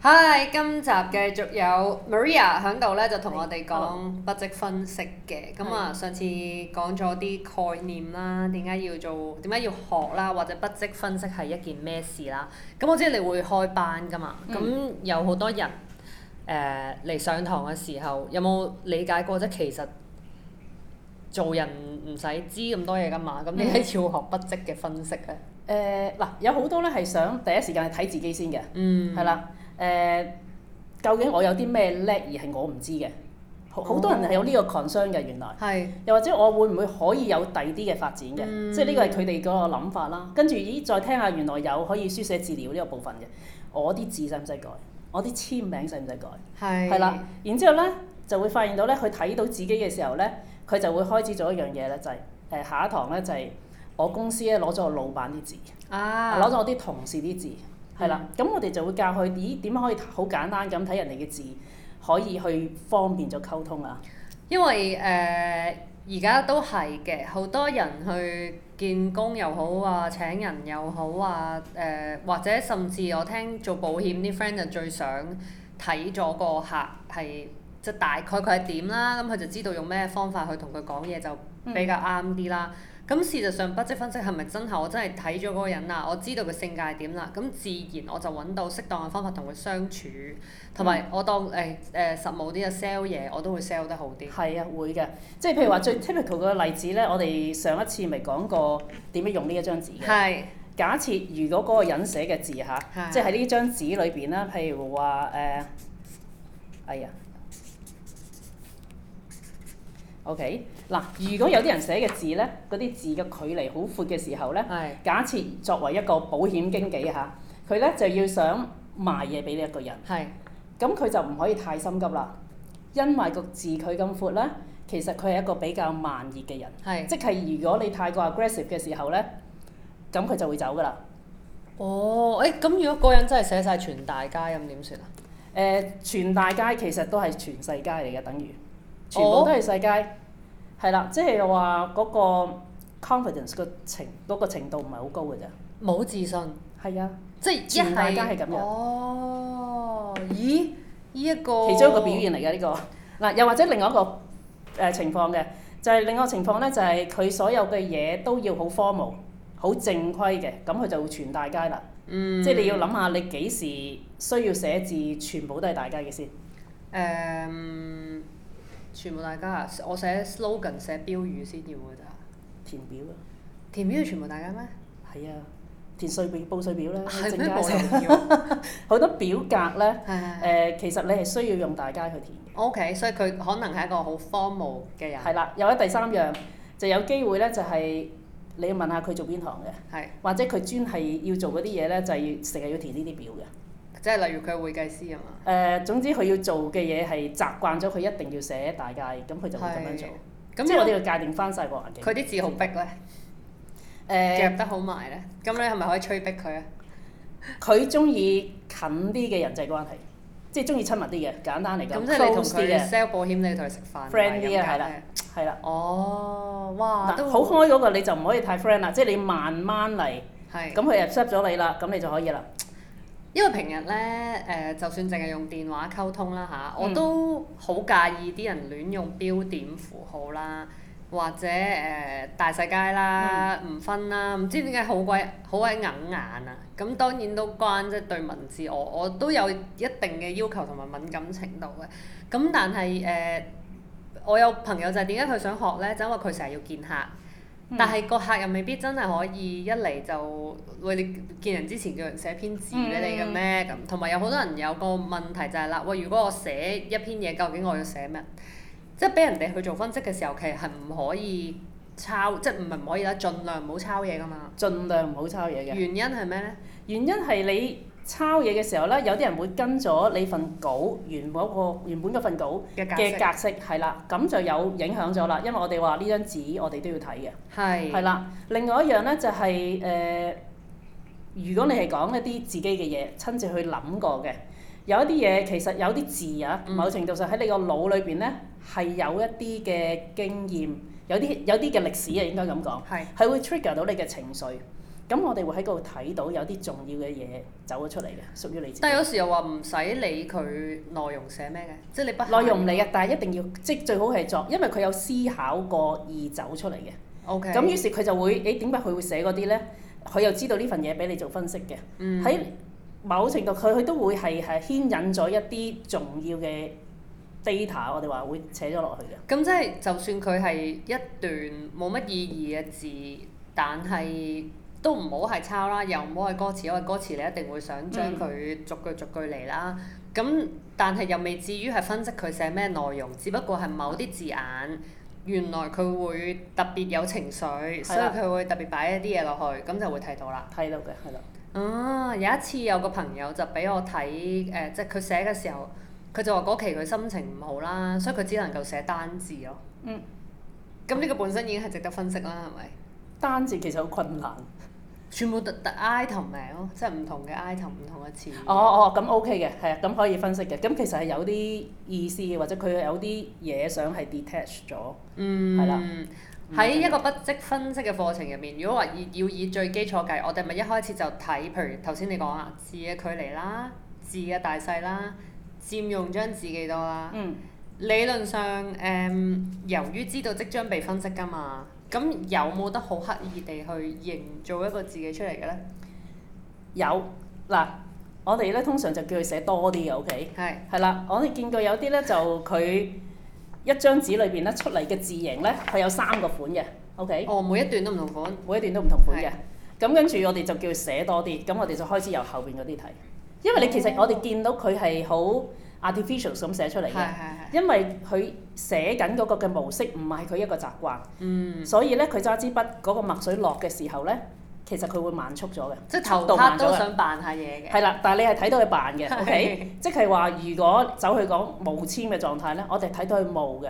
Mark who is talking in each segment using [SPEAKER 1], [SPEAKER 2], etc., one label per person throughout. [SPEAKER 1] 嗨，今集繼續有 Maria 喺度咧，就同我哋講筆跡分析嘅。咁啊，上次講咗啲概念啦，點解要做，點解要學啦，或者筆跡分析係一件咩事啦。咁我知你會開班噶嘛，咁、有好多人誒嚟、上堂嘅時候，有冇理解過即其實做人唔使知咁多嘢噶嘛？咁點解要學筆跡嘅分析咧？
[SPEAKER 2] 呃誒嗱、有好多咧係想第一時間係睇自己先嘅，
[SPEAKER 1] 嗯，
[SPEAKER 2] 係啦、誒究竟我有啲咩叻而係我唔知嘅，
[SPEAKER 1] 哦
[SPEAKER 2] 好好多人係有呢個 concern 嘅原來。
[SPEAKER 1] 係，
[SPEAKER 2] 又或者我會唔會可以有第二啲嘅發展嘅？
[SPEAKER 1] 嗯
[SPEAKER 2] 即係呢個係佢哋個諗法啦。跟住咦，再聽下原來有可以書寫治療呢個部分嘅，我啲字使唔使改？我啲簽名使唔使改？
[SPEAKER 1] 係，
[SPEAKER 2] 係啦，然之後咧就會發現到咧，佢睇到自己嘅時候咧，佢就會開始做一樣嘢咧，就係、誒下一堂咧就係、我公司咧攞咗我老闆啲字，
[SPEAKER 1] 啊，嗯
[SPEAKER 2] 攞咗我啲同事啲字，係啦。咁、我哋就會教佢咦點樣可以好簡單咁睇人哋嘅字，可以去方便咗溝通啊。
[SPEAKER 1] 因為誒而家都係嘅，好多人去見工又好啊，請人又好啊，誒、或者甚至我聽做保險啲 friend 就最想睇咗個客係即係大概佢係點啦，咁佢就知道用咩方法去同佢講嘢就比較啱啲啦。咁事實上筆跡分析係咪真係我真係睇咗嗰個人啦，我知道佢性格係點啦，咁自然我就揾到適當嘅方法同佢相處，同埋我當誒誒、實務啲嘅 sell 嘢，我都會 sell 得好啲。
[SPEAKER 2] 係啊，會嘅。即係譬如話最 typical 嘅例子咧，我哋上一次咪講過點樣用呢一張紙嘅。
[SPEAKER 1] 係
[SPEAKER 2] 假設如果嗰個人寫嘅字嚇
[SPEAKER 1] 係，
[SPEAKER 2] 即係喺呢張紙裏邊啦，譬如話誒、哎呀，OK 嗱，如果有啲人寫嘅字咧，嗰啲字嘅距離好闊嘅時候咧，
[SPEAKER 1] 係
[SPEAKER 2] 假設作為一個保險經紀嚇，佢咧就要想賣嘢俾呢一個人。
[SPEAKER 1] 係
[SPEAKER 2] 咁佢就唔可以太心急啦，因為個字佢咁闊咧，其實佢係一個比較慢熱嘅人，
[SPEAKER 1] 係。
[SPEAKER 2] 即係如果你太過 aggressive 嘅時候咧，咁佢就會走噶啦。
[SPEAKER 1] 哦，誒、咁如果嗰個人真係寫晒全大街咁點算啊？
[SPEAKER 2] 誒、呃全大街其實都係全世界嚟嘅，等於全部都係世界，係啦、即係話嗰個 confidence 個程嗰、個程度唔係好高嘅啫。
[SPEAKER 1] 冇自信，
[SPEAKER 2] 係啊，
[SPEAKER 1] 即係一係
[SPEAKER 2] 全大街係咁樣
[SPEAKER 1] 哦，咦？呢一個
[SPEAKER 2] 其中一個表現嚟嘅呢個。嗱，又或者另外一個誒、情況嘅，就係、另外一個情況咧，就係、佢所有嘅嘢都要好 formal、好正規嘅，咁佢就會傳大街啦。
[SPEAKER 1] 嗯，
[SPEAKER 2] 即係你要諗下，你幾時需要寫字，全部都係大街嘅先。
[SPEAKER 1] 誒、全部大家啊！我寫 slogan 寫標語先要㗎咋，
[SPEAKER 2] 填表啊，
[SPEAKER 1] 填標全部大家咩？
[SPEAKER 2] 係啊，填稅表、報稅表啦，
[SPEAKER 1] 係
[SPEAKER 2] 正
[SPEAKER 1] 咩冇
[SPEAKER 2] 街
[SPEAKER 1] 人要？
[SPEAKER 2] 好多表格咧。
[SPEAKER 1] 係
[SPEAKER 2] 誒、
[SPEAKER 1] 係係。
[SPEAKER 2] 其實你係需要用大街去填嘅。
[SPEAKER 1] O K，所以佢可能係一個好 formal 嘅人，
[SPEAKER 2] 係啦，有咗第三樣就有機會咧，就係、你要問下佢做邊行嘅，
[SPEAKER 1] 係
[SPEAKER 2] 或者佢專係要做嗰啲嘢咧，就係、成日要填呢啲表嘅。
[SPEAKER 1] 即係例如佢係會計師啊嘛。
[SPEAKER 2] 誒、總之佢要做嘅嘢係習慣咗，佢一定要寫大界，咁佢就會咁樣做。
[SPEAKER 1] 咁
[SPEAKER 2] 即係我哋
[SPEAKER 1] 如
[SPEAKER 2] 要界定翻晒個環境。呃
[SPEAKER 1] 果佢啲字好逼咧，
[SPEAKER 2] 誒，
[SPEAKER 1] 夾得好埋咧，咁你係咪可以催逼佢啊？
[SPEAKER 2] 佢中意近啲嘅人際關係，即係中意親密啲嘅，簡單嚟講
[SPEAKER 1] 咁即係你同
[SPEAKER 2] close 啲
[SPEAKER 1] 佢啊
[SPEAKER 2] 嘅，
[SPEAKER 1] sell 保險，你同佢食飯
[SPEAKER 2] friend 啲啊
[SPEAKER 1] 係
[SPEAKER 2] 係啦。係啦。
[SPEAKER 1] 哦，哇，
[SPEAKER 2] 嗱，
[SPEAKER 1] 都
[SPEAKER 2] 好開嗰個你就唔可以太 friend 啦，即係你慢慢嚟，
[SPEAKER 1] 係。
[SPEAKER 2] 咁佢 accept 咗你啦，咁你就可以啦。
[SPEAKER 1] 因為平日咧，誒、就算淨係用電話溝通啦吓，我
[SPEAKER 2] 嗯
[SPEAKER 1] 都好介意啲人亂用標點符號啦，或者誒、大細階啦，唔、分啦，唔知點解好鬼好鬼硬眼啊！咁當然都關即係對文字我我都有一定嘅要求同埋敏感程度嘅，咁但係誒、呃我有朋友就係點解佢想學咧，就因為佢成日要見客。但係個客又未必真係可以一嚟就喂你見人之前叫人寫篇字俾你嘅咩咁，同埋有好多人有個問題就係、啦，喂如果我寫一篇嘢，究竟我要寫咩？即係俾人哋去做分析嘅時候，其實係唔可以抄，即係唔係唔可以啦，盡量唔好抄嘢噶嘛。
[SPEAKER 2] 盡量唔好抄嘢嘅。
[SPEAKER 1] 原因係啊咩咧？
[SPEAKER 2] 原因係你抄嘢嘅時候咧，有啲人會跟咗你份稿原本嗰個原本嗰份稿
[SPEAKER 1] 嘅解
[SPEAKER 2] 嘅
[SPEAKER 1] 釋
[SPEAKER 2] 格式係啦，咁就有影響咗啦。因為我哋話呢張紙我哋都要睇嘅，係
[SPEAKER 1] 係
[SPEAKER 2] 啦。另外一樣咧就係、呃如果你係講一啲自己嘅嘢，親自去諗過嘅，有一啲嘢其實有啲字啊，
[SPEAKER 1] 嗯
[SPEAKER 2] 某程度上喺你個腦裏邊咧係有一啲嘅經驗，有啲有啲嘅歷史啊，應該咁講。
[SPEAKER 1] 係
[SPEAKER 2] 係會 trigger 到你嘅情緒。咁我哋會喺嗰度睇到有啲重要嘅嘢走咗出嚟嘅，屬於你自己
[SPEAKER 1] 但。係有時又話唔使理佢內容寫咩嘅，即係你不
[SPEAKER 2] 內容唔嚟嘅，但係一定要即係最好係作，因為佢有思考過而走出嚟嘅。
[SPEAKER 1] O K。
[SPEAKER 2] 咁於是佢就會，誒點解佢會寫嗰啲咧？佢又知道呢份嘢俾你做分析嘅。
[SPEAKER 1] 嗯
[SPEAKER 2] 喺、某程度，佢佢都會係係牽引咗一啲重要嘅 data，我哋話會扯咗落去嘅。
[SPEAKER 1] 咁即係就算佢係一段冇乜意義嘅字，但係都唔好係抄啦，又唔好係歌詞，因為歌詞你一定會想將
[SPEAKER 2] 嗯
[SPEAKER 1] 佢逐句逐句嚟啦。咁、但係又未至於係分析佢寫咩內容，只不過係某啲字眼。原來佢會特別有情緒，所以
[SPEAKER 2] 係啦
[SPEAKER 1] 佢會特別擺一啲嘢落去，咁就會睇到啦。
[SPEAKER 2] 睇到嘅，係啦。
[SPEAKER 1] 啊！有一次有個朋友就俾我睇誒、即係佢寫嘅時候，佢就話嗰期佢心情唔好啦，所以佢只能夠寫單字咯。
[SPEAKER 2] 嗯。
[SPEAKER 1] 咁呢個本身已經係值得分析啦，係咪？
[SPEAKER 2] 單字其實好困難。
[SPEAKER 1] 全部特特 item 名咯，即係唔同嘅 item，唔同嘅詞。
[SPEAKER 2] 哦。哦，咁 OK 嘅，係啊，咁可以分析嘅。咁其實係有啲意思，或者佢有啲嘢想係 detach 咗。
[SPEAKER 1] 嗯。
[SPEAKER 2] 係啦。
[SPEAKER 1] 喺一個筆跡分析嘅課程入面，如果話以要以最基礎計，我哋咪一開始就睇，譬如頭先你講啊，字嘅距離啦，字嘅大細啦，佔用張紙幾多啦。
[SPEAKER 2] 嗯。
[SPEAKER 1] 理論上誒、由於知道即將被分析㗎嘛，咁有冇得好刻意地去營造一個自己出嚟嘅咧？
[SPEAKER 2] 有嗱，我哋咧通常就叫佢寫多啲嘅，OK？
[SPEAKER 1] 係，
[SPEAKER 2] 係啦，我哋見過有啲咧就佢一張紙裏邊咧出嚟嘅字形咧，佢有三個款嘅，OK？
[SPEAKER 1] 哦，每一段都唔同款。
[SPEAKER 2] 每一段都唔同款嘅
[SPEAKER 1] 係。
[SPEAKER 2] 咁跟住我哋就叫佢寫多啲，咁我哋就開始由後邊嗰啲睇，因為你其實我哋見到佢係好 artificial 咁寫出嚟
[SPEAKER 1] 係係
[SPEAKER 2] 嘅，
[SPEAKER 1] 係。
[SPEAKER 2] 因為佢寫緊嗰個嘅模式唔係佢一個習慣，
[SPEAKER 1] 嗯，
[SPEAKER 2] 所以咧佢揸支筆嗰個墨水落嘅時候咧，其實佢會慢速咗嘅。
[SPEAKER 1] 即係頭
[SPEAKER 2] 速度
[SPEAKER 1] 刻
[SPEAKER 2] 慢咗
[SPEAKER 1] 都
[SPEAKER 2] 啦
[SPEAKER 1] 想扮下嘢嘅。
[SPEAKER 2] 係啦，但係你係睇到佢扮嘅
[SPEAKER 1] 係
[SPEAKER 2] ，OK？即係話如果走去講無簽嘅狀態咧，我哋睇到佢冇嘅，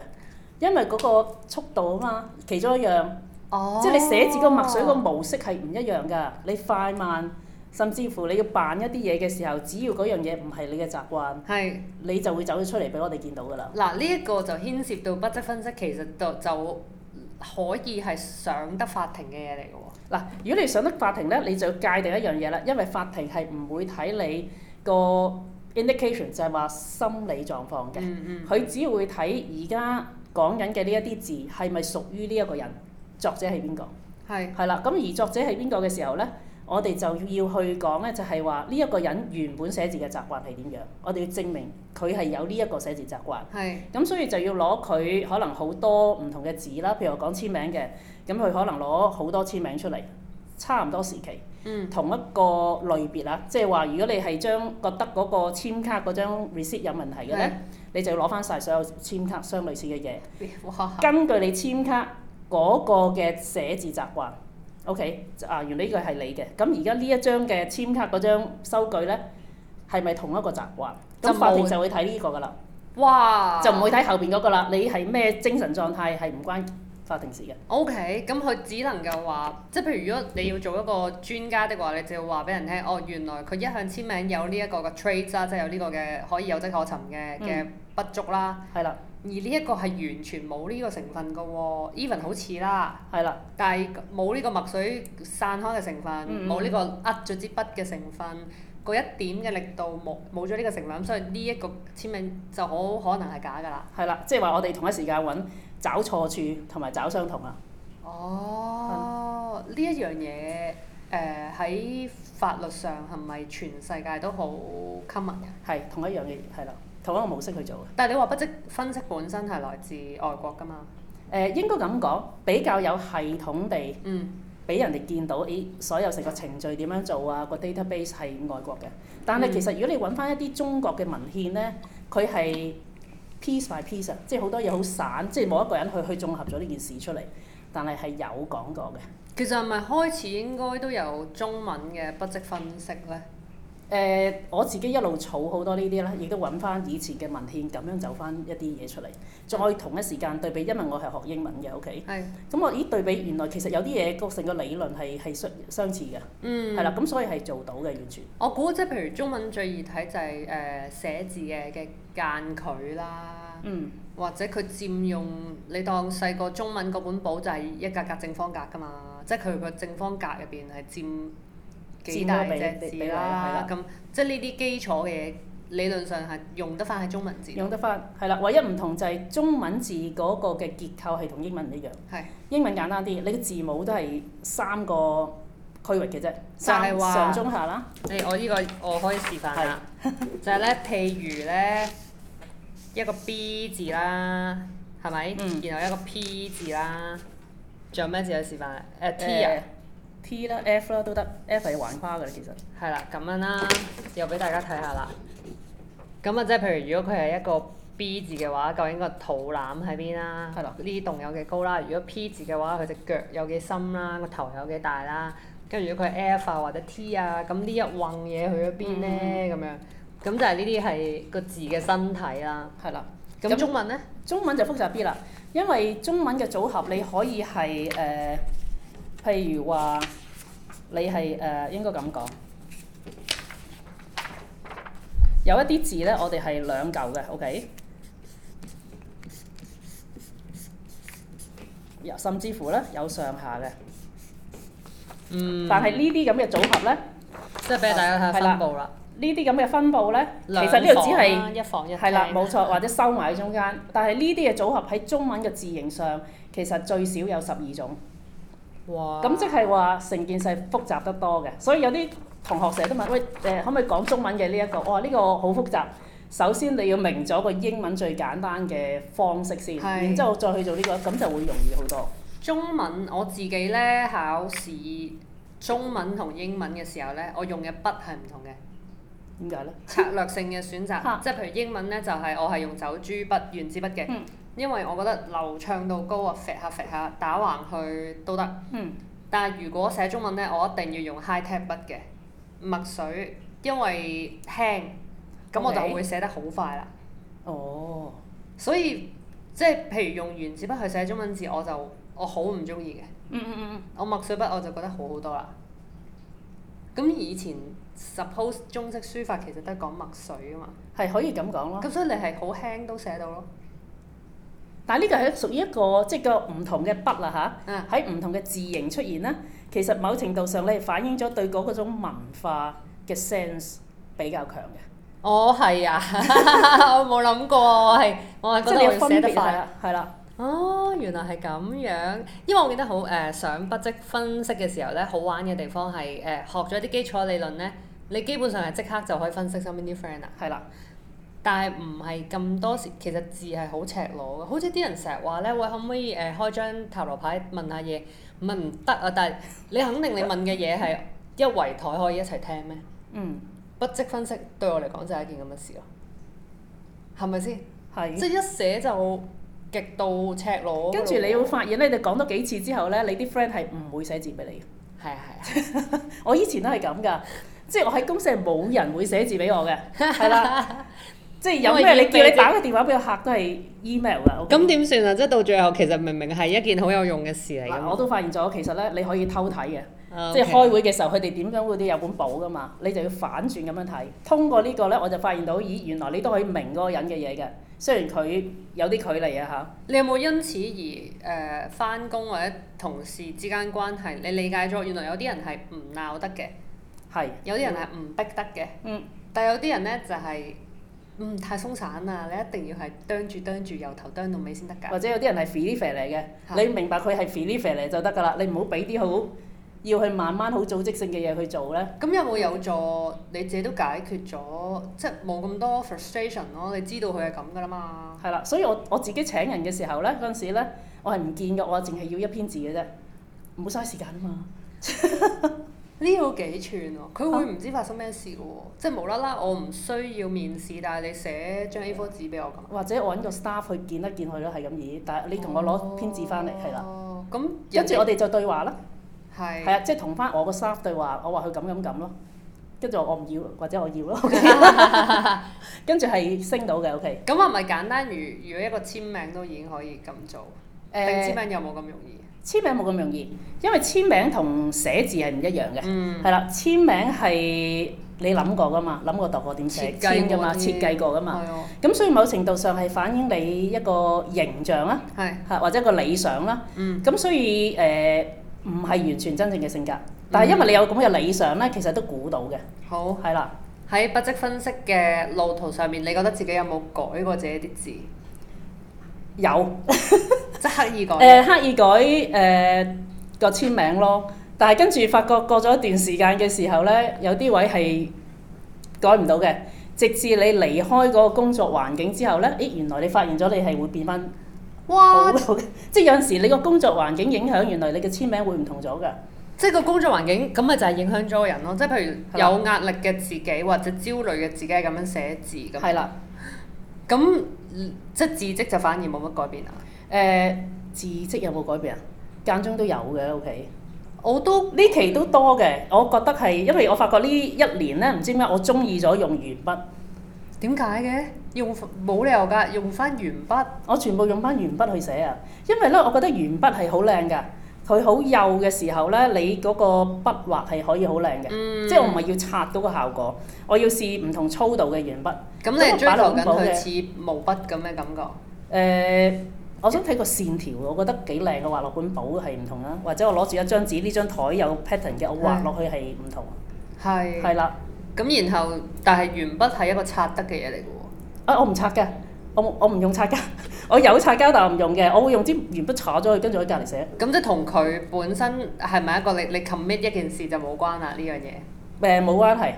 [SPEAKER 2] 因為嗰個速度啊嘛，其中一樣，
[SPEAKER 1] 哦。
[SPEAKER 2] 即係你寫字個墨水個模式係唔一樣㗎，你快慢，甚至乎你要扮一啲嘢嘅時候，只要嗰樣嘢唔係你嘅習慣，
[SPEAKER 1] 係
[SPEAKER 2] 你就會走咗出嚟俾我哋見到㗎啦。
[SPEAKER 1] 嗱，呢一個就牽涉到筆跡分析，其實就就可以係上得法庭嘅嘢嚟嘅喎。
[SPEAKER 2] 嗱，如果你上得法庭咧，你就要界定一樣嘢啦，因為法庭係唔會睇你個 indication 就係話心理狀況嘅。
[SPEAKER 1] 嗯嗯。
[SPEAKER 2] 佢只會睇而家講緊嘅呢一啲字係咪屬於呢一個人，作者係邊個？
[SPEAKER 1] 係。
[SPEAKER 2] 係啦，咁而作者係邊個嘅時候呢，我哋就要去講呢，就係話呢一個人原本寫字嘅習慣係點樣，我哋要證明佢係有呢一個寫字習慣。
[SPEAKER 1] 係。
[SPEAKER 2] 咁所以就要攞佢可能好多唔同嘅字啦，譬如我講簽名嘅，咁佢可能攞好多簽名出嚟，差唔多時期，
[SPEAKER 1] 嗯
[SPEAKER 2] 同一個類別啦，即係話如果你係將覺得嗰個簽卡嗰張 receipt 有問題嘅
[SPEAKER 1] 係
[SPEAKER 2] 咧，你就要攞翻晒所有簽卡相類似嘅嘢，
[SPEAKER 1] 哇！
[SPEAKER 2] 根據你簽卡嗰個嘅寫字習慣，OK 啊，原來呢個係你嘅，咁而家呢一張嘅簽卡嗰張收據咧，係咪同一個習慣？
[SPEAKER 1] 就
[SPEAKER 2] 咁法庭
[SPEAKER 1] 冇
[SPEAKER 2] 就會睇呢個㗎啦。
[SPEAKER 1] 哇！
[SPEAKER 2] 就唔會睇後邊嗰個啦。你係咩精神狀態係唔關法庭事嘅。
[SPEAKER 1] O K，咁佢只能夠話，即係譬如如果你要做一個專家的話，你就要話俾人聽，哦，原來佢一向簽名有呢一個嘅 traits 啊啦，即係有呢個嘅可以有跡可尋嘅
[SPEAKER 2] 嗯
[SPEAKER 1] 嘅不足啦。
[SPEAKER 2] 係啦，
[SPEAKER 1] 而呢一個係完全冇呢個成分㗎喎，even 好似啦，
[SPEAKER 2] 係啦，
[SPEAKER 1] 但係冇呢個墨水散開嘅成分，
[SPEAKER 2] 嗯
[SPEAKER 1] 冇呢個握咗支筆嘅成分，嗰一點嘅力度冇冇咗呢個成分，咁所以呢一個簽名就好可能係假㗎啦。
[SPEAKER 2] 係啦，即係話我哋同一時間揾找錯處同埋找相同啦。啊
[SPEAKER 1] 哦，呢一樣嘢誒喺法律上係咪全世界都好 common 嘅？
[SPEAKER 2] 係同一樣嘅，係啦，同一個模式去做嘅。誒、
[SPEAKER 1] 但係你話筆跡分析本身係來自外國㗎嘛？
[SPEAKER 2] 應該咁講，比較有系統地
[SPEAKER 1] 嗯，
[SPEAKER 2] 俾人哋見到，咦，所有成個程序點樣做啊？個 database 係外國嘅，但係其實如果你揾翻一啲中國嘅文獻咧，佢係 piece by piece 啊，即係好多嘢好散，即係冇一個人去去綜合咗呢件事出嚟，但係係有講過嘅。
[SPEAKER 1] 其實係咪開始應該都有中文嘅筆跡分析咧？
[SPEAKER 2] 誒、呃我自己一路儲好多呢啲啦，亦都揾翻以前嘅文獻，咁樣走翻一啲嘢出嚟，再同一時間對比，因為我係學英文嘅，OK，
[SPEAKER 1] 係，
[SPEAKER 2] 咁我咦對比原來其實有啲嘢個成個理論係係相相似嘅，
[SPEAKER 1] 嗯，啊
[SPEAKER 2] 係啦、咁所以係做到嘅完全，
[SPEAKER 1] 我估即係譬如中文最易睇就係、誒、呃寫字嘅嘅間距啦，
[SPEAKER 2] 嗯，
[SPEAKER 1] 或者佢佔用你當細個中文嗰本簿就係一格格正方格㗎嘛，即係佢個正方格入邊係佔幾
[SPEAKER 2] 佔
[SPEAKER 1] 大
[SPEAKER 2] 咗比
[SPEAKER 1] 隻
[SPEAKER 2] 比
[SPEAKER 1] 字
[SPEAKER 2] 比例
[SPEAKER 1] 啦。
[SPEAKER 2] 係
[SPEAKER 1] 咁即係呢啲基礎嘅嘢，理論上係用得翻喺中文字度。
[SPEAKER 2] 用得翻係啦。唯一唔同就係中文字嗰個嘅結構係同英文唔一樣。
[SPEAKER 1] 係
[SPEAKER 2] 英文簡單啲，你嘅字母都係三個區域嘅啫，
[SPEAKER 1] 就係
[SPEAKER 2] 三
[SPEAKER 1] 話
[SPEAKER 2] 上中下啦。
[SPEAKER 1] 誒，我呢個我可以示範啦， 就係咧，譬如咧一個 B 字啦，係咪？
[SPEAKER 2] 嗯
[SPEAKER 1] 然後一個 P 字啦，仲有咩字有示範啊？誒 T 啊
[SPEAKER 2] 誒，T 呃啦、F 啦都得，F 係橫跨㗎啦，其實
[SPEAKER 1] 係啦，咁樣啦，又俾大家睇下啦。咁啊，即係譬如如果佢係一個 B 字嘅話，究竟個肚腩喺邊啦？
[SPEAKER 2] 係啦
[SPEAKER 1] 呢棟有幾高啦？如果 P 字嘅話，佢隻腳有幾深啦？個頭有幾大啦？跟住如果佢係 F 啊或者 T 啊，咁呢一泓嘢去咗邊
[SPEAKER 2] 嗯
[SPEAKER 1] 咧？咁、樣，咁就係呢啲係個字嘅身體啦。
[SPEAKER 2] 係啦。
[SPEAKER 1] 咁
[SPEAKER 2] 咁
[SPEAKER 1] 中文咧？
[SPEAKER 2] 中文就複雜啲啦，因為中文嘅組合你可以係誒、呃譬如話你係誒、呃、應該咁講，有一啲字咧，我哋係兩嚿嘅，OK。有甚至乎咧有上下嘅，
[SPEAKER 1] 嗯。
[SPEAKER 2] 但係呢啲咁嘅組合咧，
[SPEAKER 1] 即係俾大家睇下
[SPEAKER 2] 係啦
[SPEAKER 1] 分佈啦。
[SPEAKER 2] 呢啲咁嘅分布咧，其
[SPEAKER 1] 兩啊
[SPEAKER 2] 實呢度只
[SPEAKER 1] 房
[SPEAKER 2] 係
[SPEAKER 1] 啦一房一
[SPEAKER 2] 係啦，
[SPEAKER 1] 廳
[SPEAKER 2] 冇錯，或者收埋喺中間。但係呢啲嘅組合喺中文嘅字形上，其實最少有十二種。
[SPEAKER 1] 哇！
[SPEAKER 2] 咁即係話成件事係複雜得多嘅，所以有啲同學成日都問：喂，誒、可唔可以講中文嘅呢一個？我話呢個好複雜。首先你要明咗個英文最簡單嘅方式先，
[SPEAKER 1] 係
[SPEAKER 2] 然之後再去做呢、個，咁就會容易好多。
[SPEAKER 1] 中文我自己咧考試中文同英文嘅時候咧，我用嘅筆係唔 同嘅，
[SPEAKER 2] 點解咧？
[SPEAKER 1] 策略性嘅選擇
[SPEAKER 2] 嚇，
[SPEAKER 1] 即係譬如英文咧就係、我係用走珠筆、原子筆嘅，
[SPEAKER 2] 嗯
[SPEAKER 1] 因為我覺得流暢度高啊，揈下揈下打橫去都得。
[SPEAKER 2] 嗯，
[SPEAKER 1] 但係如果寫中文咧，我一定要用 high tech 筆嘅墨水，因為輕，咁我
[SPEAKER 2] OK
[SPEAKER 1] 就會寫得好快啦。
[SPEAKER 2] 哦，
[SPEAKER 1] 所以即係譬如用原子筆去寫中文字，我就我好唔中意嘅。
[SPEAKER 2] 嗯嗯嗯
[SPEAKER 1] 我墨水筆我就覺得好好多啦。咁以前 suppose 中式書法其實都係講墨水啊嘛，
[SPEAKER 2] 嗯，係可以咁講咯。
[SPEAKER 1] 咁所以你係好輕都寫到咯。
[SPEAKER 2] 但係呢個係屬於一個即係個唔同嘅筆啦吓。
[SPEAKER 1] 嗯，
[SPEAKER 2] 喺唔同嘅字形出現咧，其實某程度上你係反映咗對嗰嗰種文化嘅 sense 比較強嘅，
[SPEAKER 1] 我係 啊，我冇諗過，我係我係
[SPEAKER 2] 即
[SPEAKER 1] 覺
[SPEAKER 2] 係你
[SPEAKER 1] 得我
[SPEAKER 2] 有
[SPEAKER 1] 要
[SPEAKER 2] 分
[SPEAKER 1] 啊寫
[SPEAKER 2] 別
[SPEAKER 1] 得
[SPEAKER 2] 係
[SPEAKER 1] 快。
[SPEAKER 2] 啦，係啦，
[SPEAKER 1] 哦，原來係咁樣，因為我記得好誒、呃上筆跡分析嘅時候咧，好玩嘅地方係誒、呃、學咗啲基礎理論咧，你基本上係即刻就可以分析身邊啲 friend 啊。
[SPEAKER 2] 係啦，
[SPEAKER 1] 但係唔係咁多時，其實字係好赤裸嘅。好似啲人成日話咧，喂，可唔可以誒、呃、開張塔羅牌問下嘢？問唔得啊！但係你肯定你問嘅嘢係一圍台可以一齊聽咩？
[SPEAKER 2] 嗯，
[SPEAKER 1] 筆跡分析對我嚟講就係一件咁嘅事咯，係咪先？即
[SPEAKER 2] 係。
[SPEAKER 1] 係一寫就極度赤裸㗎咯喎。
[SPEAKER 2] 跟住你會發現咧，你講多幾次之後咧，你啲 friend 係唔會寫字俾你嘅。
[SPEAKER 1] 係啊係啊，
[SPEAKER 2] 我以前都係咁㗎，即係我喺公司係冇人會寫字俾我 嘅，係啦，即係有
[SPEAKER 1] 因為
[SPEAKER 2] 咩
[SPEAKER 1] 已經
[SPEAKER 2] 你叫
[SPEAKER 1] 被
[SPEAKER 2] 你打個電話俾個客都係 email 啦。OK？
[SPEAKER 1] 咁點算啊？即係到最後其實明明係一件好有用嘅事嚟㗎
[SPEAKER 2] 嗱，
[SPEAKER 1] 嘛。
[SPEAKER 2] 啊我都發現咗，其實咧你可以偷睇嘅。
[SPEAKER 1] 啊
[SPEAKER 2] 即係
[SPEAKER 1] OK
[SPEAKER 2] 開會嘅時候，佢哋點樣會都有本簿噶嘛，你就要反轉咁樣睇。通過呢個呢，我就發現到，咦，原來你都可以明嗰個人嘅嘢嘅，雖然佢有啲距離啊
[SPEAKER 1] 你有冇因此而誒翻工或者同事之間關係，你理解咗原來有啲人係唔鬧得嘅，
[SPEAKER 2] 吓，係，
[SPEAKER 1] 有啲人係唔逼得嘅，
[SPEAKER 2] 嗯，
[SPEAKER 1] 但有啲人呢就係、嗯太鬆散啦，你一定要係啄住啄住由頭啄到尾先得㗎。
[SPEAKER 2] 或者有啲人係 f i l i f 嚟
[SPEAKER 1] 嚇
[SPEAKER 2] 嘅，你明白佢係 f i l i f 嚟就得㗎啦，你唔好俾啲好要去慢慢好組織性嘅嘢去做呢。
[SPEAKER 1] 咁有冇有助你自己都解決咗，即係冇咁多 frustration 咯？你知道佢係咁㗎啦嘛。
[SPEAKER 2] 係啦，所以我我自己請人嘅時候呢，嗰陣時呢，我係唔見嘅，我淨係要一篇字嘅啫，唔好嘥時間啊嘛。
[SPEAKER 1] 呢個幾串喎、佢會唔知發生咩事嘅喎，即係無啦啦我唔需要面試，但係你寫張 A4 紙俾我咁。
[SPEAKER 2] 或者我揾個 staff 去見一見佢咯，係咁意，但係你同我攞篇字翻嚟，係啦，
[SPEAKER 1] 哦。咁
[SPEAKER 2] 跟住
[SPEAKER 1] 哦人哋
[SPEAKER 2] 我哋就對話啦。
[SPEAKER 1] 係
[SPEAKER 2] 係啊，即係同翻我個 staff 對話，我話佢咁咁咁咯，跟住我唔要或者我要 咯，跟住係升到嘅，OK。
[SPEAKER 1] 咁係咪簡單？如如果一個簽名都已經可以咁做，定簽
[SPEAKER 2] 誒
[SPEAKER 1] 名有冇咁容易？
[SPEAKER 2] 簽名冇咁容易，因為簽名同寫字係唔一樣嘅，
[SPEAKER 1] 嗯，
[SPEAKER 2] 係啦、簽名係你諗過噶嘛，諗過度過點寫
[SPEAKER 1] 設計
[SPEAKER 2] 簽噶嘛，
[SPEAKER 1] 過啲
[SPEAKER 2] 設計過噶嘛，
[SPEAKER 1] 係哦，
[SPEAKER 2] 咁所以某程度上係反映你一個形象啦，
[SPEAKER 1] 係
[SPEAKER 2] 嚇或者一個理想啦，
[SPEAKER 1] 嗯
[SPEAKER 2] 咁所以誒。唔係完全真正嘅性格，但係因為你有咁嘅理想咧，其實都估到嘅，
[SPEAKER 1] 好
[SPEAKER 2] 係啦。
[SPEAKER 1] 喺筆跡分析嘅路途上面，你覺得自己有冇改過自己啲字？
[SPEAKER 2] 有
[SPEAKER 1] 即係刻意改
[SPEAKER 2] 誒、
[SPEAKER 1] 嘅。
[SPEAKER 2] 呃刻意改誒、個簽名咯，但係跟住發覺過咗一段時間嘅時候咧，有啲位係改唔到嘅，直至你離開嗰個工作環境之後咧，咦原來你發現咗你係會變翻好
[SPEAKER 1] 哇！
[SPEAKER 2] 老嘅， 即係有陣時你個工作環境影響，原來你嘅簽名會唔同咗㗎。
[SPEAKER 1] 即係個工作環境咁咪就係影響咗個人咯。即係譬如
[SPEAKER 2] 係啦
[SPEAKER 1] 有壓力嘅自己或者焦慮嘅自己係咁樣寫字咁。
[SPEAKER 2] 係啦，
[SPEAKER 1] 咁即係字跡就反而冇乜改變啊！
[SPEAKER 2] 誒、呃字跡有冇改變啊？間中都有嘅，OK。
[SPEAKER 1] 我都
[SPEAKER 2] 呢期都多嘅，我覺得係因為我發覺呢一年咧，唔知點解我中意咗用鉛筆，
[SPEAKER 1] 點解嘅？用冇理由㗎，用翻鉛筆。
[SPEAKER 2] 我全部用翻鉛筆去寫啊。因為咧，我覺得鉛筆係好靚㗎，佢好幼嘅時候咧，你嗰個筆畫係可以好靚嘅，即係我唔係要刷到個效果，我要試唔同粗度嘅鉛筆。誒、
[SPEAKER 1] 咁你係追求緊
[SPEAKER 2] 咁我擺落
[SPEAKER 1] 佢
[SPEAKER 2] 本
[SPEAKER 1] 似毛筆咁嘅感覺。
[SPEAKER 2] 我想睇個線條，我覺得幾靚嘅，畫落本簿係唔同啦，或者我攞住一張紙，呢張台有 pattern 嘅，我畫落去係唔同，啊
[SPEAKER 1] 係。
[SPEAKER 2] 係啦。
[SPEAKER 1] 咁然後，但係鉛筆係一個刷得嘅嘢嚟嘅喎。
[SPEAKER 2] 啊，我唔拆㗎，我冇我唔用擦膠， 我有擦膠但我唔用嘅，我會用支鉛筆擦咗佢，跟住喺隔離寫。
[SPEAKER 1] 咁即係同佢本身係咪一個你你 commit 一件事就冇關啦呢樣嘢，
[SPEAKER 2] 誒、冇關係，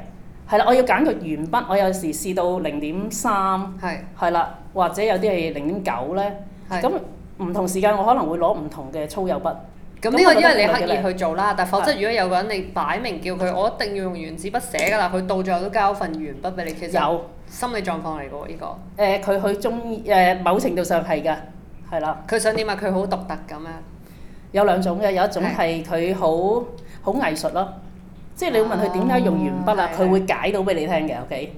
[SPEAKER 2] 係啦，我要揀個鉛筆，我有時試到零點三，
[SPEAKER 1] 係
[SPEAKER 2] 係啦，或者有啲係零點九咧，
[SPEAKER 1] 係。
[SPEAKER 2] 咁唔同時間我可能會攞唔同嘅粗幼筆，
[SPEAKER 1] 咁呢個
[SPEAKER 2] 咁
[SPEAKER 1] 因
[SPEAKER 2] 我覺得
[SPEAKER 1] 為你
[SPEAKER 2] 呢個
[SPEAKER 1] 刻
[SPEAKER 2] 幾
[SPEAKER 1] 意
[SPEAKER 2] 靚
[SPEAKER 1] 去做啦，但否則如果有個人你擺明叫佢，我一定要用原子筆寫㗎啦，佢到最後都交份鉛筆俾你，其
[SPEAKER 2] 有
[SPEAKER 1] 實
[SPEAKER 2] 誒
[SPEAKER 1] 心理狀況嚟嘅喎呢
[SPEAKER 2] 佢佢中意誒某程度上係㗎，係啦，
[SPEAKER 1] 個。佢想點啊？佢好獨特咁樣。
[SPEAKER 2] 有兩種嘅，有一種係佢好好藝術咯，即係你會問佢點解用鉛筆啊
[SPEAKER 1] 哦，
[SPEAKER 2] 佢會解到俾你聽嘅，OK。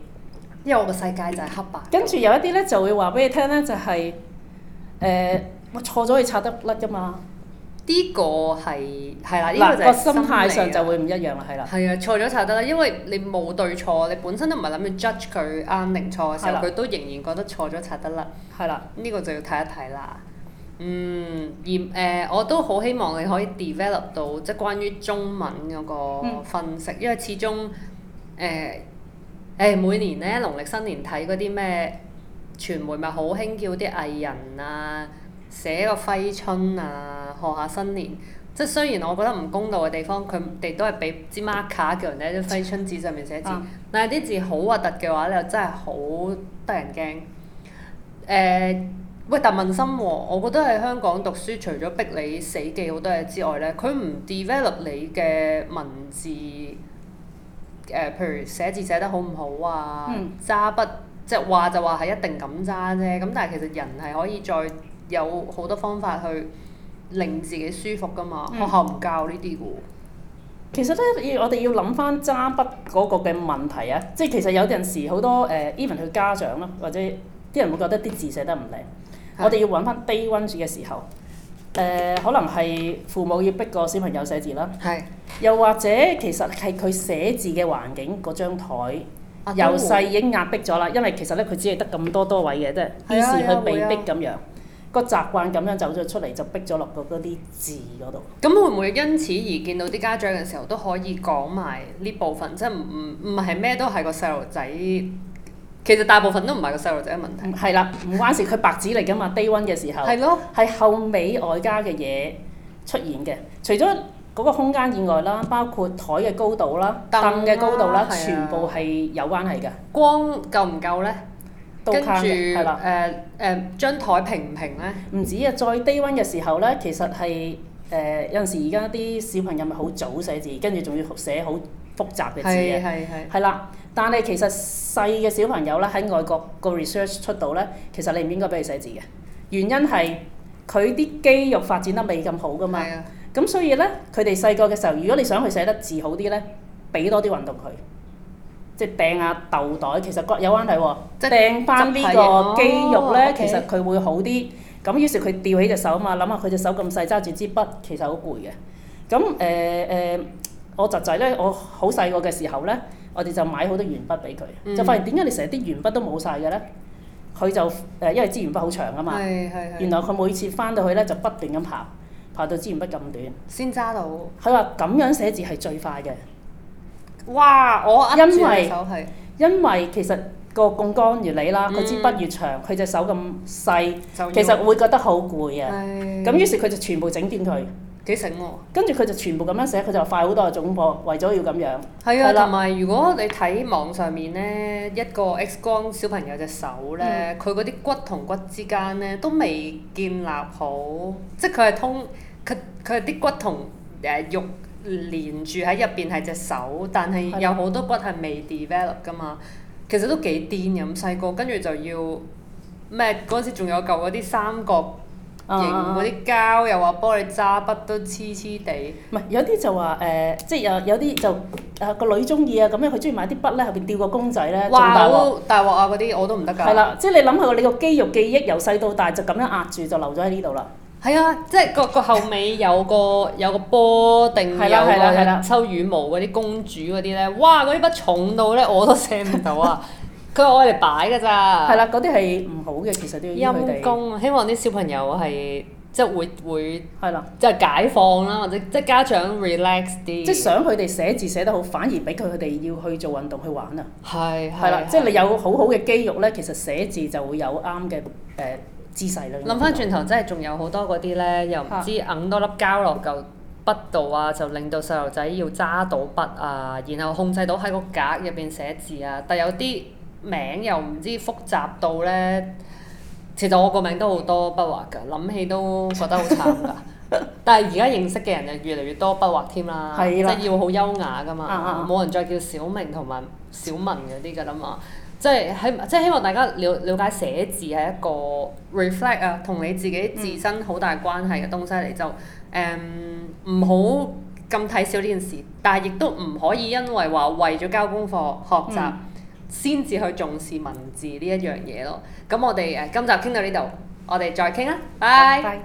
[SPEAKER 1] 因為我個世界就係黑白。
[SPEAKER 2] 跟住有一啲咧就會話俾你聽咧，就係、誒、我錯咗你擦得甩噶嘛。
[SPEAKER 1] 呢個係係啊啦，呢、
[SPEAKER 2] 嗱
[SPEAKER 1] 個就係
[SPEAKER 2] 個
[SPEAKER 1] 啊
[SPEAKER 2] 心態上就
[SPEAKER 1] 會
[SPEAKER 2] 會唔一樣啦，係啦，
[SPEAKER 1] 係啊，錯咗就得啦，因為你冇對錯，你本身都唔係諗住 judge 佢啱定錯嘅時
[SPEAKER 2] 係
[SPEAKER 1] 候，
[SPEAKER 2] 啦
[SPEAKER 1] 佢都仍然覺得錯咗就得啦。
[SPEAKER 2] 係啦，
[SPEAKER 1] 呢個就要睇一睇啦。嗯，而誒、呃我都好希望你可以 develop 到即係關於中文嗰個
[SPEAKER 2] 嗯
[SPEAKER 1] 分析，因為始終誒誒每年咧農曆新年睇嗰啲咩傳媒咪好興叫啲藝人啊寫個揮春啊，賀下新年。即係雖然我覺得唔公道嘅地方，佢哋都係俾支 marker 叫人哋喺啲揮春紙上面寫字，
[SPEAKER 2] 啱
[SPEAKER 1] 但係啲字好核突嘅話咧，真係好得人驚。誒、喂，但問心喎，我覺得喺香港讀書，除咗逼你死記好多嘢之外咧，佢唔 develop 你嘅文字誒、譬如寫字寫得好唔好啊
[SPEAKER 2] 嗯，
[SPEAKER 1] 揸、筆即係話就話係一定咁揸啫，咁但係其實人係可以再有好多方法去令自己舒服噶嘛，
[SPEAKER 2] 嗯
[SPEAKER 1] 學校唔教呢啲嘅喎，
[SPEAKER 2] 其實咧，要我哋要諗翻揸筆嗰個嘅問題啊，即係其實有陣時好多誒，even 佢家長啦，或者啲人會覺得啲字寫得唔
[SPEAKER 1] 啊
[SPEAKER 2] 靚，我哋要揾翻低温住嘅時候，誒、可能係父母要逼個小朋友寫字啦，
[SPEAKER 1] 係
[SPEAKER 2] 又或者其實係佢寫字嘅環境嗰張台。
[SPEAKER 1] 啊
[SPEAKER 2] 由
[SPEAKER 1] 都
[SPEAKER 2] 細
[SPEAKER 1] 會
[SPEAKER 2] 已經壓迫咗啦，因為其實咧佢只係得咁多多位嘅啫，
[SPEAKER 1] 係
[SPEAKER 2] 於
[SPEAKER 1] 啊
[SPEAKER 2] 是
[SPEAKER 1] 係啊
[SPEAKER 2] 佢被
[SPEAKER 1] 會啊
[SPEAKER 2] 逼咁樣，個習慣咁樣走咗出嚟，就逼咗落個嗰啲字嗰度。
[SPEAKER 1] 咁會唔會因此而見到啲家長嘅時候都可以講埋呢部分，即係唔唔唔係咩都係個細路仔，其實大部分都唔係個細路仔嘅問題。
[SPEAKER 2] 嗯係啦，唔關事，佢白紙嚟噶嘛，低温嘅時候
[SPEAKER 1] 係咯，
[SPEAKER 2] 係後尾外加嘅嘢出現嘅，除咗嗰個空間以外啦，包括台嘅高度啦、
[SPEAKER 1] 凳啦
[SPEAKER 2] 凳嘅高度啦，
[SPEAKER 1] 係啊
[SPEAKER 2] 全部係有關係嘅，
[SPEAKER 1] 光夠唔夠呢？
[SPEAKER 2] 都
[SPEAKER 1] 跟住
[SPEAKER 2] 坑嘅，係啦。
[SPEAKER 1] 誒誒，張台平唔平呢？
[SPEAKER 2] 唔止啊，再低温嘅時候咧，其實係誒、呃有陣時而家啲小朋友咪好早寫字，跟住仲要寫好複雜嘅
[SPEAKER 1] 係
[SPEAKER 2] 字啊
[SPEAKER 1] 係
[SPEAKER 2] 嘅，
[SPEAKER 1] 係。
[SPEAKER 2] 係啦。但係其實細嘅小朋友咧喺外國個 research 出到咧，其實你唔應該俾佢寫字嘅，原因係佢啲肌肉發展得未咁好噶嘛。
[SPEAKER 1] 係啊，
[SPEAKER 2] 咁所以咧，佢哋細個嘅時候，如果你想佢寫得字好啲咧，俾多啲運動佢，即係掟下豆袋，其實各有關係喎。
[SPEAKER 1] 即係
[SPEAKER 2] 掟翻呢
[SPEAKER 1] 執係
[SPEAKER 2] 個肌肉
[SPEAKER 1] 哦
[SPEAKER 2] 咧，
[SPEAKER 1] ，OK
[SPEAKER 2] 其實佢會好啲。咁於是佢吊起隻手嘛，諗下佢隻手咁細，揸住支筆，其實好攰嘅。咁誒誒，我侄仔咧，我好細個嘅時候咧，我哋就買好多鉛筆俾佢，
[SPEAKER 1] 嗯
[SPEAKER 2] 就發現點解你成日啲鉛筆都冇晒嘅咧？佢就誒、因為支鉛筆好長啊嘛。
[SPEAKER 1] 係係係。
[SPEAKER 2] 原來佢每次翻到去咧就不斷咁跑，排到支鉛筆咁短。
[SPEAKER 1] 先揸到。
[SPEAKER 2] 佢話咁樣寫字係最快嘅，
[SPEAKER 1] 哇！我握住
[SPEAKER 2] 因為
[SPEAKER 1] 隻手係，
[SPEAKER 2] 因為其實個槓桿原理啦，佢支
[SPEAKER 1] 嗯
[SPEAKER 2] 筆越長，佢隻手咁細，
[SPEAKER 1] 就要
[SPEAKER 2] 其實會覺得好攰啊。
[SPEAKER 1] 係
[SPEAKER 2] 咁於是佢就全部整掂佢，
[SPEAKER 1] 幾醒喎。
[SPEAKER 2] 跟住佢就全部咁樣寫，佢就話快好多啊總部，為咗要咁樣。
[SPEAKER 1] 係
[SPEAKER 2] 係
[SPEAKER 1] 啊，
[SPEAKER 2] 啦
[SPEAKER 1] 同埋如果你睇網上面咧，一個 X 光小朋友隻手
[SPEAKER 2] 嗯
[SPEAKER 1] 咧，佢嗰啲骨同骨之間咧都未建立好，即係佢係通佢佢係啲骨同誒、呃肉連住喺入邊係隻手，但
[SPEAKER 2] 係啦
[SPEAKER 1] 係有好多骨係未 develop 噶嘛，其實都幾癲咁細個，跟住就要咩嗰陣時仲有嚿嗰啲三角
[SPEAKER 2] 啊
[SPEAKER 1] 形嗰啲膠，又話幫你揸筆都黐黐地，
[SPEAKER 2] 唔係有啲就話誒、即係有有啲就誒、個女中意啊，咁樣佢中意買啲筆咧，後邊吊個公仔咧，仲
[SPEAKER 1] 哇！
[SPEAKER 2] 大鑊。
[SPEAKER 1] 好大鑊啊嗰啲我都唔得㗎。
[SPEAKER 2] 係啦，即係你諗下你個肌肉記憶由細到大就咁樣壓住，就留咗喺呢度啦。
[SPEAKER 1] 係啊，即係個個後尾有個有個波定有
[SPEAKER 2] 係啦係啦係啦
[SPEAKER 1] 個抽羽毛嗰啲公主嗰啲咧，哇！嗰啲筆重到咧我都寫唔到 啊！佢話我嚟擺㗎咋，
[SPEAKER 2] 係啦，嗰啲係唔好嘅，其實都要醫佢
[SPEAKER 1] 啊陰
[SPEAKER 2] 哋。
[SPEAKER 1] 公啊！希望啲小朋友係即係會會
[SPEAKER 2] 係啦，
[SPEAKER 1] 即係解放啦，或者即係家長 relax 啲。
[SPEAKER 2] 即係想佢哋寫字寫得好，反而俾佢哋要去做運動去玩啊。
[SPEAKER 1] 係係
[SPEAKER 2] 係啦，即係你有好好嘅肌肉咧，其實寫字就會有啱嘅誒姿勢啦。
[SPEAKER 1] 諗翻轉頭，真係仲有好多嗰啲咧，又唔知揞多粒膠落嚿筆度啊，就令到細路仔要揸到筆啊，然後控制到喺個格入邊寫字啊。但有啲名又唔知複雜到咧，其實我個名都好多筆畫㗎，諗起都覺得好慘 㗎。但係而家認識嘅人就越嚟越多筆畫添啦，即
[SPEAKER 2] 係啦
[SPEAKER 1] 係要好優雅㗎
[SPEAKER 2] 啊啊
[SPEAKER 1] 嘛
[SPEAKER 2] 啊，
[SPEAKER 1] 冇人再叫小明同埋小文嗰啲㗎啦嘛。即係喺即係希望大家了了解寫字係一個 reflect 啊，同你自己自身好大關係嘅東西嚟，就誒唔好咁睇小呢件事，但係亦都唔可以因為話為咗交功課學習
[SPEAKER 2] 嗯
[SPEAKER 1] 先至去重視文字呢一樣嘢咯。咁我哋誒今集傾到呢度，我哋再傾啦，拜。
[SPEAKER 2] 拜。